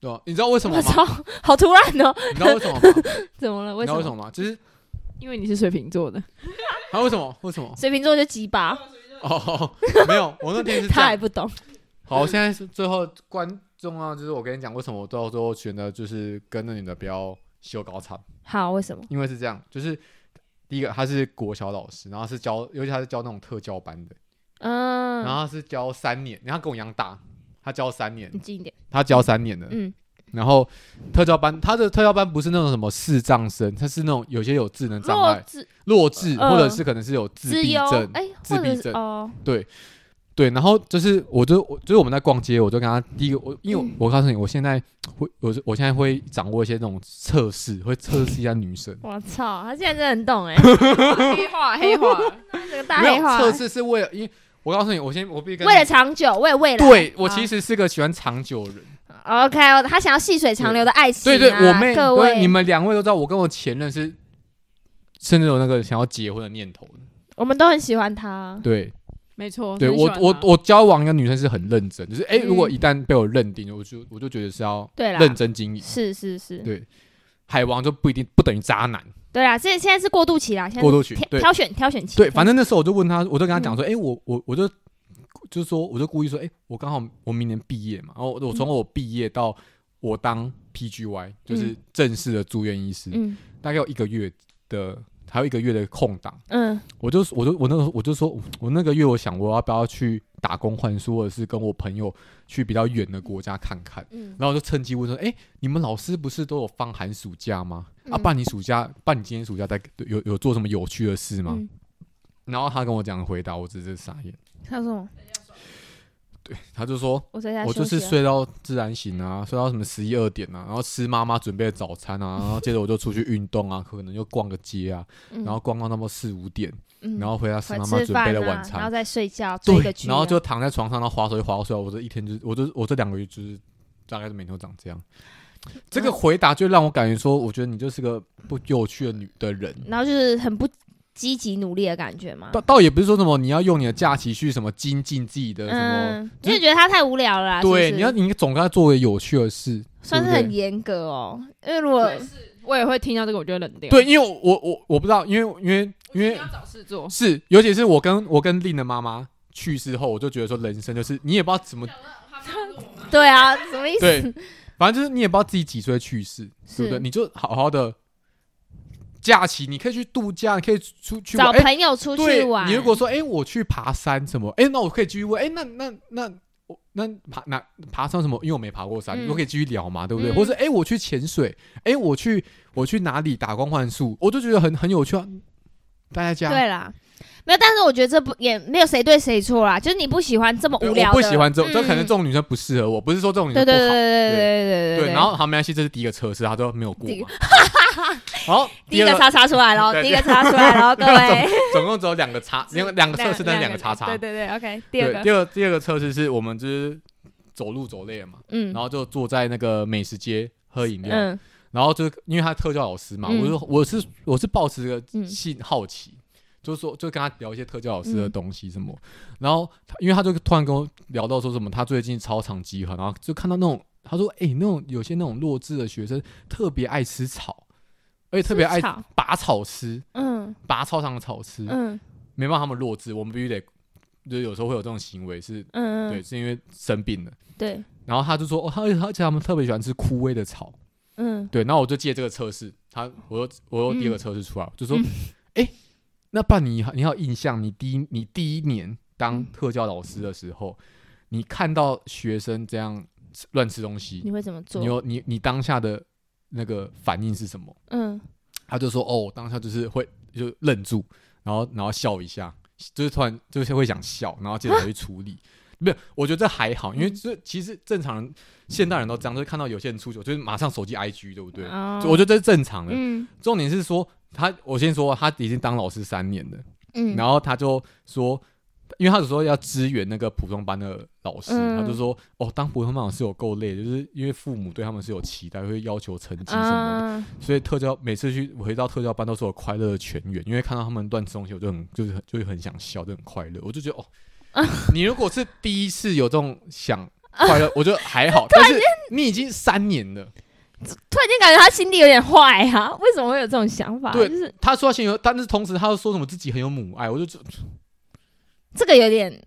Speaker 3: 对吧、你知道为什
Speaker 1: (laughs)
Speaker 3: 么
Speaker 1: 我
Speaker 3: 吗？
Speaker 1: 操，好突然哦，
Speaker 3: 你知道为什么 (laughs) 吗？
Speaker 1: (laughs) 怎么了？
Speaker 3: 你
Speaker 1: 为什
Speaker 3: 知道
Speaker 1: 么
Speaker 3: 为什？么吗？就是
Speaker 2: 因为你是水瓶座 (laughs) 的。
Speaker 3: 啊，为什么？为什 (laughs) 么？
Speaker 1: 水瓶座就鸡巴，
Speaker 3: 哦，没有，我那天是这
Speaker 1: 他还
Speaker 3: 样。
Speaker 1: 不懂。
Speaker 3: 好，我现在是最后观众啊，就是我跟你讲，为什么我到最后选择就是跟那女的不要修高产，
Speaker 1: 好，为什么？
Speaker 3: 因为是这样，就是第一个她是国小老师，然后是教，尤其她是教那种特教班的，然
Speaker 1: 嗯，
Speaker 3: 后她是教三年，然后她跟我一样大，她教三年
Speaker 1: 你，近一点。
Speaker 3: 她教三年的，
Speaker 1: 嗯
Speaker 3: 然后特教班，她的特教班不是那种什么视障生，她是那种有些有智能障
Speaker 1: 弱
Speaker 3: 碍、
Speaker 1: 智
Speaker 3: 弱智，
Speaker 1: 呃
Speaker 3: 或者是可能是有自
Speaker 1: 之
Speaker 3: 闭
Speaker 1: 忧
Speaker 3: 症，，
Speaker 1: 哎，
Speaker 3: 自
Speaker 1: 或者
Speaker 3: 闭
Speaker 1: 是
Speaker 3: 症
Speaker 1: 哦，
Speaker 3: 对，然后就是我就我就是我们在逛街，我就跟他第一个我因为我,、
Speaker 1: 嗯。
Speaker 3: 告诉你，我现在会我是我现在会掌握一些那种测试，会测试一下女生
Speaker 1: 我操，他现在真的很
Speaker 3: (laughs)
Speaker 1: 懂哎，黑化黑化，这个大
Speaker 3: 没有
Speaker 1: 黑化，
Speaker 3: 测试是为了，因为我告诉你，我先我必须跟
Speaker 1: 为了啊长久，为了未来。
Speaker 3: 对我其
Speaker 1: 实
Speaker 3: 实是个喜欢长久的人。
Speaker 1: OK，哦他想要细水长流的爱情
Speaker 3: 对
Speaker 1: 啊。
Speaker 3: 对，我妹
Speaker 1: 各
Speaker 3: 对
Speaker 1: 位，
Speaker 3: 你们两位都知道，我跟我前任是甚至有那个想要结婚的念头的。
Speaker 1: 我们都很喜欢他。
Speaker 3: 对，
Speaker 2: 没错，
Speaker 3: 对
Speaker 2: 很喜
Speaker 3: 我
Speaker 2: 欢
Speaker 3: 我
Speaker 2: 他
Speaker 3: 我交往一个女生是很认真，就是哎、如果
Speaker 1: 嗯
Speaker 3: 一旦被我认定，我就我就觉得是要
Speaker 1: 对啦，
Speaker 3: 认真经营。
Speaker 1: 是是是，
Speaker 3: 对海王就不一定不等于渣男，
Speaker 1: 对啦，现现在是过渡期啦，现在
Speaker 3: 过
Speaker 1: 是
Speaker 3: 渡期
Speaker 1: 挑
Speaker 3: 对
Speaker 1: 挑嗯选挑选期，
Speaker 3: 对，反正那时候我就问他，我就跟他讲说，哎、我我我就就是说，我就故意说，哎、我刚好我明年毕业嘛，然后我我从我毕业到我当 PGY，就是
Speaker 1: 嗯
Speaker 3: 正式的住院医师，
Speaker 1: 嗯
Speaker 3: 大概有一个月的，还有一个月的空档，
Speaker 1: 嗯
Speaker 3: 我就我就我那个我就说，我那个月我想我要不要去打工换宿，或者是跟我朋友去比较远的国家看看。
Speaker 1: 嗯，
Speaker 3: 然后我就趁机问说：“哎、你们老师不是都有放寒暑假吗？啊，
Speaker 1: 嗯
Speaker 3: 爸，你暑假，爸，你今天暑假在有有做什么有趣的事吗？”
Speaker 1: 嗯
Speaker 3: 然后他跟我讲的回答，我只是傻眼。
Speaker 1: 他说什么
Speaker 3: 他就说
Speaker 1: 我在家：“
Speaker 3: 我
Speaker 1: 休
Speaker 3: 就是
Speaker 1: 息啊
Speaker 3: 睡到自然醒啊，睡到什么十一二点啊，然后吃妈妈准备的早餐啊，然后接着我就出去运动啊，可能就逛个街啊，
Speaker 1: 嗯
Speaker 3: 然后逛到那么四五点，
Speaker 1: 嗯
Speaker 3: 然后回家吃
Speaker 1: 回
Speaker 3: 妈
Speaker 1: 来
Speaker 3: 妈
Speaker 1: 吃
Speaker 3: 准备
Speaker 1: 饭
Speaker 3: 的
Speaker 1: 啊
Speaker 3: 晚餐，
Speaker 1: 然后再睡觉，追个
Speaker 3: 对，
Speaker 1: 剧啊，
Speaker 3: 然后就躺在床上，然后划手机划到睡着。我这一天就是，我就我这两个月就是大概是每天都长这样。
Speaker 1: 嗯
Speaker 3: 这个回答就让我感觉说，我觉得你就是个不有趣的女的人。
Speaker 1: 然后就是很不积极努力的感觉嘛
Speaker 3: 倒，倒也不是说什么你要用你的假期去什么精进自己的什么，
Speaker 1: 嗯，
Speaker 3: 就
Speaker 1: 就是觉得他太无聊了啦，是不
Speaker 3: 对，
Speaker 1: 是
Speaker 3: 你要你总该做个有趣的事，
Speaker 1: 算是
Speaker 3: 对不对
Speaker 1: 很严格哦，因为如果
Speaker 2: 我也会听到这个，我就会冷掉。
Speaker 3: 对，，因为我我我我不知道，因为因为因为
Speaker 2: 要找事做，
Speaker 3: 是，尤其是我跟我跟令的妈妈去世后，我就觉得说人生就是你也不知道
Speaker 1: (laughs)
Speaker 3: 怎么
Speaker 1: 对啊，什么意思？
Speaker 3: 对，反正就是你也不知道自己几岁去世，对不对？
Speaker 1: 是
Speaker 3: 你就好好的假期，你可以去度假，你可以出去玩。
Speaker 1: 找
Speaker 3: 哎，
Speaker 1: 朋友出去
Speaker 3: 对
Speaker 1: 玩，
Speaker 3: 你如果说哎、我去爬山什么，哎、那我可以继续问，哎、那那那我那爬那爬山什么？因为我没爬过山，
Speaker 1: 嗯
Speaker 3: 我可以继续聊嘛，对不对？
Speaker 1: 嗯
Speaker 3: 或者哎、我去潜水，哎、我去我去哪里打工换宿，我就觉得很很有趣啊。待在家，
Speaker 1: 对啦。没有，但是我觉得这不也没有谁对谁错啦，就是你不喜欢这么
Speaker 3: 对
Speaker 1: 无聊
Speaker 3: 我
Speaker 1: 的，
Speaker 3: 不喜欢这种，这可能
Speaker 1: 嗯
Speaker 3: 这种女生不适合我，不是说这种女生
Speaker 1: 对
Speaker 3: 不
Speaker 1: 对
Speaker 3: 好
Speaker 1: 对。对对对对
Speaker 3: 对，然后好，没关系，这是第一个测试，他都没有过
Speaker 1: 第一
Speaker 3: 嘛。
Speaker 1: (laughs)
Speaker 3: 好，
Speaker 1: 第一个叉叉出来了，
Speaker 3: 对
Speaker 1: 第一个叉叉出来
Speaker 3: (laughs)
Speaker 1: 了，各位，
Speaker 3: 总共只有两个叉，两个两个测试，但是两个叉叉。
Speaker 2: 对对对，OK，第二
Speaker 3: 对，
Speaker 2: 个
Speaker 3: 第二第二个测试是我们就是走路走累了嘛，
Speaker 1: 嗯
Speaker 3: 然后就坐在那个美食街喝饮料，
Speaker 1: 嗯
Speaker 3: 然后就因为他特教老师嘛，
Speaker 1: 嗯
Speaker 3: 我就我是我是抱持个
Speaker 1: 嗯
Speaker 3: 性好奇。就是说，就跟他聊一些特教老师的东西什么，然后他，因为他就突然跟我聊到说什么，他最近超常集合，然后就看到那种，他说，哎、那种有些那种弱智的学生特别爱吃草，而且特别爱
Speaker 1: 吃草
Speaker 3: 拔草吃，
Speaker 1: 嗯
Speaker 3: 拔操场的草吃，
Speaker 1: 嗯
Speaker 3: 没办法，他们弱智，我们必须得，就是有时候会有这种行为是，
Speaker 1: 嗯
Speaker 3: 对，
Speaker 1: 嗯，
Speaker 3: 是因为生病了。
Speaker 1: 对，
Speaker 3: 然后他就说，哦，他而且他们特别喜欢吃枯萎的草，
Speaker 1: 嗯
Speaker 3: 对。然后我就借这个测试，他我又我又
Speaker 1: 嗯
Speaker 3: 第二个测试出来，我就说，哎、那爸你还你还有印象，你第一你第一年
Speaker 1: 嗯
Speaker 3: 当特教老师的时候，你看到学生这样吃乱吃东西，
Speaker 1: 你会怎么做
Speaker 3: 你？有你你当下的那个反应是什么？
Speaker 1: 嗯，
Speaker 3: 他就说哦，我当下就是会就愣住，然后然后笑一下，就是突然就是会想笑，然后接着才去处理。 (laughs) 没有，我觉得这还好，因为
Speaker 1: 嗯
Speaker 3: 这其实正常人、现代人都这样，就是看到有些人出糗，就是马上手机 IG，对不对？
Speaker 1: 哦
Speaker 3: 就我觉得这是正常的。
Speaker 1: 嗯
Speaker 3: 重点是说他，我先说他已经当老师三年了，
Speaker 1: 嗯，
Speaker 3: 然后他就说，因为他有时候要支援那个普通班的老师，
Speaker 1: 嗯
Speaker 3: 他就说哦，当普通班老师有够累，就是因为父母对他们是有期待，会要求成绩什么的。
Speaker 1: 啊
Speaker 3: 所以特教每次去回到特教班都是我快乐的泉源，因为看到他们乱吃东西，我就很就是很就会很想笑，就很快乐。我就觉得哦，
Speaker 1: (laughs)
Speaker 3: 你如果是第一次有这种想快
Speaker 1: (laughs)
Speaker 3: 乐，我觉得还好，但是你已经三年了。
Speaker 1: 突然间感觉他心地有点坏啊， (laughs) 为什么会有这种想法？
Speaker 3: 对
Speaker 1: 就是
Speaker 3: 他说他心有，但是同时他又说什么自己很有母爱，我就觉得
Speaker 1: 这个有点，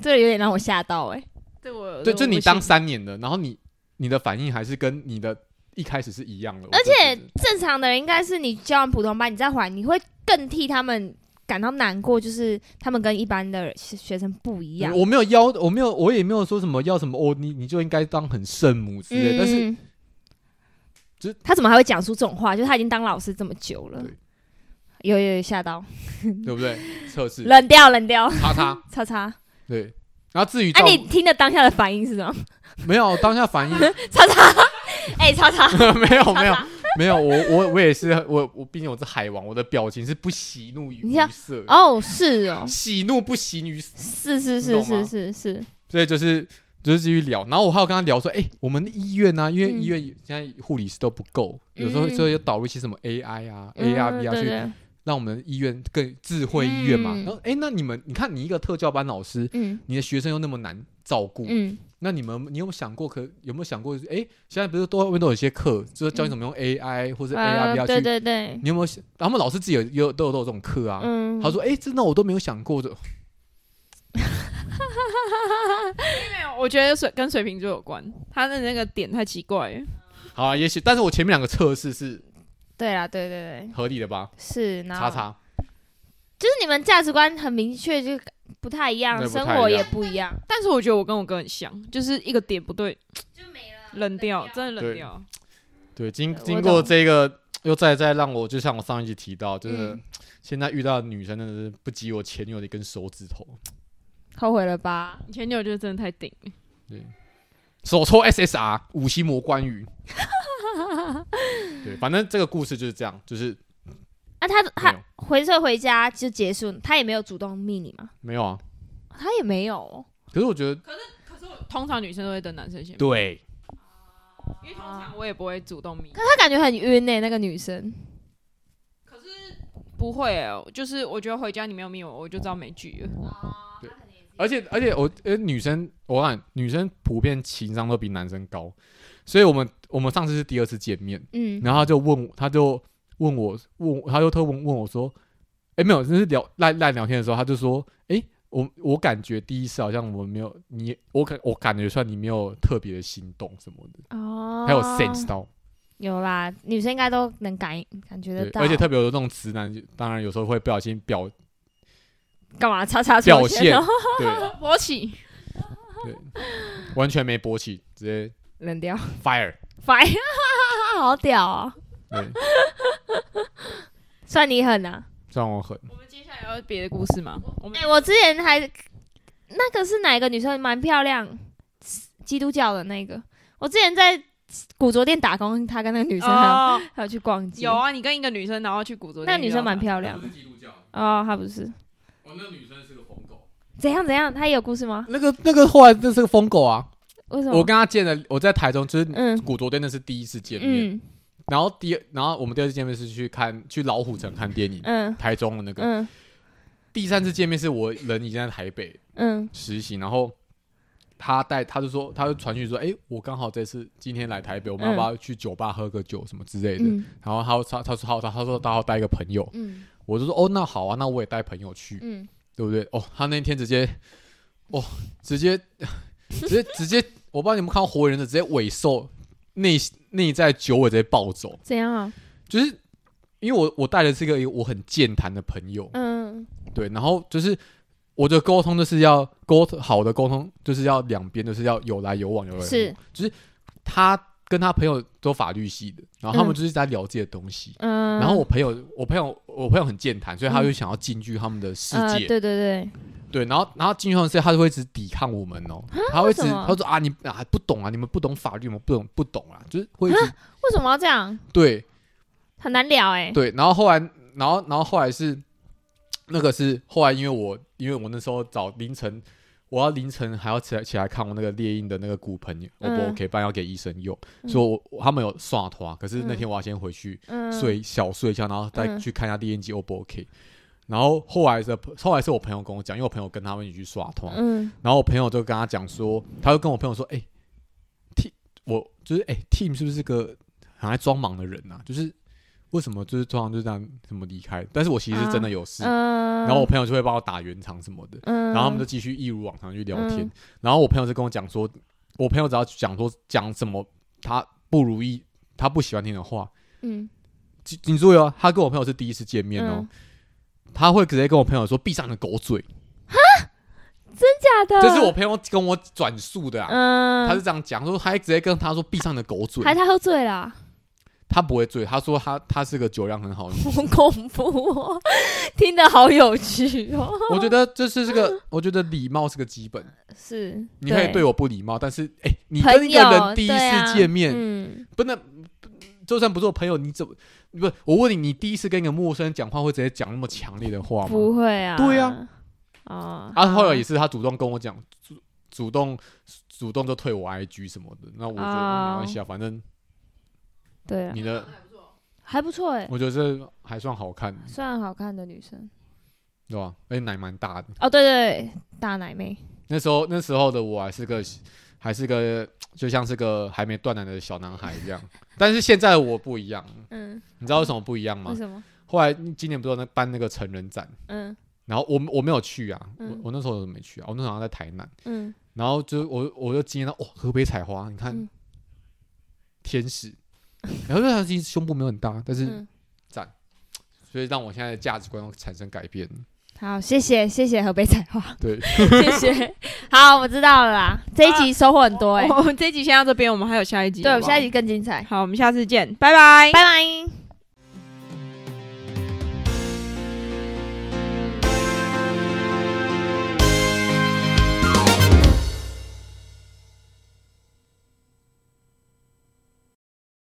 Speaker 1: 这个有点让我吓到哎。
Speaker 2: 对我
Speaker 3: 对，就你当三年了，然后你你的反应还是跟你的一开始是一样的，我
Speaker 1: 而
Speaker 3: 就觉
Speaker 1: 且
Speaker 3: 得
Speaker 1: 正常的人应该是你教完普通班，你再回来，你会更替他们感到难过，就是他们跟一般的学学生不一样。
Speaker 3: 我没有要，我没有，我也没有说什么要什么哦，你你就应该当很圣母之类的，欸但是
Speaker 1: 嗯
Speaker 3: 就
Speaker 1: 他怎么还会讲出这种话？就是他已经当老师这么久了
Speaker 3: 对，
Speaker 1: 有有有吓到，
Speaker 3: 对不对？测试
Speaker 1: 冷掉冷
Speaker 3: (laughs)
Speaker 1: 掉，
Speaker 3: 叉叉。
Speaker 1: 叉叉。
Speaker 3: 对，然后至于
Speaker 1: 哎、
Speaker 3: 照
Speaker 1: 你听的当下的反应是什么？ (laughs)
Speaker 3: 没有当下反应， (laughs)
Speaker 1: 叉叉， (laughs) 哎、叉叉，
Speaker 3: 没有
Speaker 1: 叉
Speaker 3: 没有
Speaker 1: 叉。
Speaker 3: 没有，我我我也是我我毕竟我是海王，我的表情是不喜怒于
Speaker 1: 你看
Speaker 3: 于色，
Speaker 1: 哦，是哦，
Speaker 3: 喜怒不形于色，
Speaker 1: 是是
Speaker 3: 你
Speaker 1: 是
Speaker 3: 懂吗
Speaker 1: 是是是，
Speaker 3: 所以就是。就是继续聊，然后我还有跟他聊说，哎、我们的医院呢、啊，因为
Speaker 1: 嗯
Speaker 3: 医院现在护理师都不够，有时候
Speaker 1: 嗯
Speaker 3: 所以要导入一些什么 AI 啊、
Speaker 1: 嗯
Speaker 3: AR、VR
Speaker 1: 对
Speaker 3: 去
Speaker 1: 对，
Speaker 3: 让我们医院更智慧医院嘛。
Speaker 1: 嗯
Speaker 3: 然后，哎，那你们，你看你一个特教班老师，
Speaker 1: 嗯
Speaker 3: 你的学生又那么难照顾，
Speaker 1: 嗯
Speaker 3: 那你们你有没有想过可，有没有想过，哎，现在不是都外面都有一些课，就是教你怎么用 AI、或者 AR、VR
Speaker 1: 呃，
Speaker 3: 去，
Speaker 1: 嗯对对对，
Speaker 3: 你有没有想？他们老师自己有有都有都有这种课啊。
Speaker 1: 嗯，
Speaker 3: 他说，哎，真的我都没有想过的，
Speaker 2: 没有，我觉得水跟水瓶座有关，他的那个点太奇怪了。
Speaker 3: 好啊，也许，但是我前面两个测试是
Speaker 1: 对啦，对对对，
Speaker 3: 合理的吧？
Speaker 1: 是，然后
Speaker 3: 叉叉，
Speaker 1: 就是你们价值观很明确，就不太一样，
Speaker 3: 对不太
Speaker 1: 生
Speaker 3: 一样
Speaker 1: 活也不一样，
Speaker 2: 但是我觉得我跟我哥很像，就是一个点不对，
Speaker 1: 就没了
Speaker 2: 冷掉，真的冷
Speaker 3: 对
Speaker 2: 掉。
Speaker 3: 对，经
Speaker 1: 我
Speaker 3: 经过
Speaker 1: 懂
Speaker 3: 这个，又再再让我，就像我上一集提到，就是
Speaker 1: 嗯
Speaker 3: 现在遇到的女生真的是不及我前女友的一根手指头，
Speaker 1: 后悔了吧？
Speaker 2: 以前女友就是真的太顶了，
Speaker 3: 手抽 SSR 五星魔
Speaker 1: (laughs)
Speaker 3: 关羽。对，反正这个故事就是这样，就是
Speaker 1: 啊，他
Speaker 3: 没
Speaker 1: 他
Speaker 3: 有
Speaker 1: 回车回家就结束，他也没有主动密你吗？
Speaker 3: 没有啊。
Speaker 1: 他也没有哦，
Speaker 3: 可是我觉得，
Speaker 2: 通常女生都会等男生先，
Speaker 3: 对
Speaker 2: 因为通常我也不会主动密。
Speaker 1: 他感觉很晕呢、欸那个女生。
Speaker 2: 不会、哦，就是我觉得回家你没有密我，我就知道没剧了。
Speaker 3: 而且而且我呃女生，我看女生普遍情商都比男生高，所以我们我们上次是第二次见面，
Speaker 1: 嗯，
Speaker 3: 然后他就问我，他就问我，问我他就特问问我说，哎、没有，就是聊赖赖聊天的时候，他就说，哎、我我感觉第一次好像我没有你，我感我感觉出来你没有特别的心动什么的，
Speaker 1: 哦
Speaker 3: 还有 sense 到，
Speaker 1: 有啦，女生应该都能感应感觉
Speaker 3: 对
Speaker 1: 得，到。
Speaker 3: 而且特别有那种直男，当然有时候会不小心表
Speaker 1: 干嘛叉叉出
Speaker 3: 表
Speaker 1: 现
Speaker 3: 现
Speaker 1: 哦，
Speaker 3: 对，
Speaker 2: 勃起，
Speaker 3: 完全没勃起，直接
Speaker 1: 冷掉
Speaker 3: fire，
Speaker 1: ，fire，好屌啊、 (laughs)
Speaker 3: 对，
Speaker 1: 算你狠啊！
Speaker 3: 让我很
Speaker 2: 我们接下来要别的故事吗？我们
Speaker 1: 哎、我之前还那个是哪一个女生蛮漂亮，基督教的那个。我之前在古着店打工，她跟那个女生还有、
Speaker 2: 哦
Speaker 1: 还有去逛街。
Speaker 2: 有啊，你跟一个女生然后去古着店遇到她，
Speaker 1: 那个女生蛮漂亮的
Speaker 3: 基督教，
Speaker 2: 啊
Speaker 1: 哦，她不是
Speaker 3: 我那女生是个疯狗，
Speaker 1: 怎样怎样，她也有故事吗？
Speaker 3: 那个那个后来那是个疯狗啊，
Speaker 1: 为什么？
Speaker 3: 我跟他见了，我在台中就是
Speaker 1: 嗯
Speaker 3: 古着店那是第一次见面，
Speaker 1: 嗯
Speaker 3: 然后第二，然后我们第二次见面是去看去老虎城看电影，
Speaker 1: 嗯
Speaker 3: 台中的那个。
Speaker 1: 嗯
Speaker 3: 第三次见面是我人已经在台北
Speaker 1: 嗯
Speaker 3: 实习，然后他带他就说，他就传讯说，哎、我刚好这次今天来台北，我们要不要去酒吧喝个酒什么之类的？
Speaker 1: 嗯
Speaker 3: 然后他他他说好，他他说他要带一个朋友，
Speaker 1: 嗯
Speaker 3: 我就说哦，那好啊，那我也带朋友去，
Speaker 1: 嗯，
Speaker 3: 对不对？哦，他那天直接，哦，直接 (laughs) 直接直接，我不知道你们看过《火影忍者》，直接尾兽内内在九尾直接暴走，
Speaker 1: 怎样啊？
Speaker 3: 就是因为我我带的是一个我很健谈的朋友，
Speaker 1: 嗯
Speaker 3: 对，然后就是我的沟通就是要沟通好的沟通，就是要两边就是要有来有往，有来有往。
Speaker 1: 是
Speaker 3: 他跟他朋友都法律系的，然后他们
Speaker 1: 嗯
Speaker 3: 就是在聊自己的东西。
Speaker 1: 嗯，
Speaker 3: 然后我朋友，我朋友，我朋友很健谈，所以他就想要进去他们的世
Speaker 1: 呃
Speaker 3: 界。
Speaker 1: 对对对，
Speaker 3: 对，然后然后进去后是，他就会一直抵抗我们哦，他会一直
Speaker 1: 为什么
Speaker 3: 他说啊你啊不懂啊，你们不懂法律，我们不懂不懂啊，就是会一直
Speaker 1: 为什么要这样？
Speaker 3: 对
Speaker 1: 很难聊哎、
Speaker 3: 对，然后后来然后然后后来是那个是后来因为我因为我那时候早凌晨。我要凌晨还要起来起来看我那个猎鹰的那个骨盆，O 不
Speaker 1: 嗯
Speaker 3: OK？不然要给医生用，
Speaker 1: 嗯
Speaker 3: 所以我我他们有刷拖，可是那
Speaker 1: 嗯
Speaker 3: 天我要先回去
Speaker 1: 嗯，
Speaker 3: 睡小睡一下，然后再
Speaker 1: 嗯
Speaker 3: 去看一下猎鹰机 O 不 OK。然后后来是后来是我朋友跟我讲，因为我朋友跟他们一起去刷拖，
Speaker 1: 嗯
Speaker 3: 然后我朋友就跟他讲说，他就跟我朋友说，哎、t 我就是哎、t e a m 是不是个很爱装忙的人啊？就是为什么就是通常就这样什么离开？但是我其实是真的有事，
Speaker 1: 嗯，
Speaker 3: 然后我朋友就会帮我打圆场什么的，
Speaker 1: 嗯，
Speaker 3: 然后他们就继续一如往常去聊天。
Speaker 1: 嗯
Speaker 3: 然后我朋友就跟我讲说，我朋友只要讲说讲什么他不如意，他不喜欢听的话，
Speaker 1: 嗯
Speaker 3: 请请注意哦，他跟我朋友是第一次见面哦，
Speaker 1: 嗯
Speaker 3: 他会直接跟我朋友说闭上你的狗嘴，
Speaker 1: 假的，
Speaker 3: 这是我朋友跟我转述的啊。
Speaker 1: 嗯，
Speaker 3: 他是这样讲，说他还直接跟他说闭上你的狗嘴，
Speaker 1: 还他喝醉了、
Speaker 3: 他不会醉，他说他他是个酒量很好
Speaker 1: (laughs)
Speaker 3: 的人。
Speaker 1: 好恐怖哦，听得好有趣哦。
Speaker 3: 我觉得这是这个，我觉得礼貌是个基
Speaker 1: (laughs)
Speaker 3: 本，
Speaker 1: 是，
Speaker 3: 你可以对
Speaker 1: 我
Speaker 3: 我不礼貌，但是哎、你
Speaker 1: 朋友
Speaker 3: 跟一个人第一
Speaker 1: 对啊
Speaker 3: 次见面，
Speaker 1: 嗯，
Speaker 3: 不能。就算不是我朋友，你怎么不？我问你，你第一次跟一个陌生人讲话，会直接讲那么强烈的话吗？
Speaker 1: 不会啊，
Speaker 3: 对
Speaker 1: 啊，哦，
Speaker 3: 啊，后来也是他主动跟我讲，主主动主动就退我 IG 什么的。那我觉得
Speaker 1: 哦
Speaker 3: 没关系啊，反正
Speaker 1: 对啊，
Speaker 3: 你的
Speaker 1: 还不错哎，
Speaker 3: 我觉得这还算好看，
Speaker 1: 算好看的女生。
Speaker 3: 对吧？而且奶蛮大的。
Speaker 1: 哦，对对对，大奶妹，
Speaker 3: 那时候那时候的我还是个还是个就像是个还没断奶的小男孩一样，但是现在的我不一样，
Speaker 1: 嗯，
Speaker 3: 你知道为什么不一样
Speaker 1: 为
Speaker 3: 吗？
Speaker 1: 什么？
Speaker 3: 后来今年不是有那办那个成人展，
Speaker 1: 嗯
Speaker 3: 然后我我没有去啊，
Speaker 1: 嗯
Speaker 3: 我我那时候怎么没去啊？我那时候好像在台南，
Speaker 1: 嗯，
Speaker 3: 然后就我我就惊艳到哇，河北采花，你看、
Speaker 1: 嗯
Speaker 3: 天使，然后就他其实胸部没有很大，但是
Speaker 1: 嗯
Speaker 3: 赞，所以让我现在的价值观又产生改变。
Speaker 1: 好，谢谢谢谢河北彩花，
Speaker 3: 对，
Speaker 1: (laughs) 谢谢。好，我知道了啦，这一集收获很
Speaker 2: 哦
Speaker 1: 多哎、
Speaker 2: 我们这一集先到这边，我们还有下一集。
Speaker 1: 对，我
Speaker 2: 好
Speaker 1: 们
Speaker 2: 不好
Speaker 1: 下一集更精彩，
Speaker 2: 好，我们下次见，拜拜。
Speaker 1: 拜拜。